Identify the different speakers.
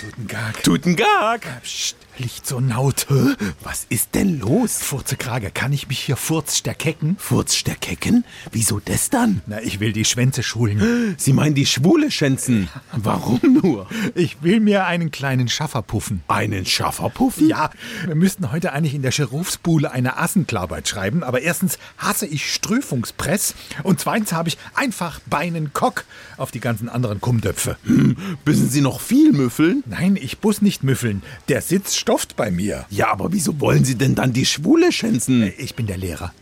Speaker 1: Tutengag.
Speaker 2: Tutengag!
Speaker 1: Psst, Licht so naut.
Speaker 2: Was ist denn los?
Speaker 1: Furze Krage, kann ich mich hier furzsterkecken?
Speaker 2: Furz der Kecken? Wieso das dann?
Speaker 1: Na, ich will die Schwänze schulen.
Speaker 2: Sie meinen die schwule Schänzen. Warum nur?
Speaker 1: Ich will mir einen kleinen Schaffer puffen.
Speaker 2: Einen Schafferpuffen?
Speaker 1: Ja, wir müssten heute eigentlich in der Scherufsbuhle eine Assenklarbeit schreiben, aber erstens hasse ich Strüfungspress und zweitens habe ich einfach Beinen Kock auf die ganzen anderen Kummdöpfe.
Speaker 2: Hm, Müssen Sie noch viel müffeln?
Speaker 1: Nein, ich muss nicht müffeln. Der Sitz stofft bei mir.
Speaker 2: Ja, aber wieso wollen Sie denn dann die schwule Schänzen?
Speaker 1: Ich bin der Lehrer.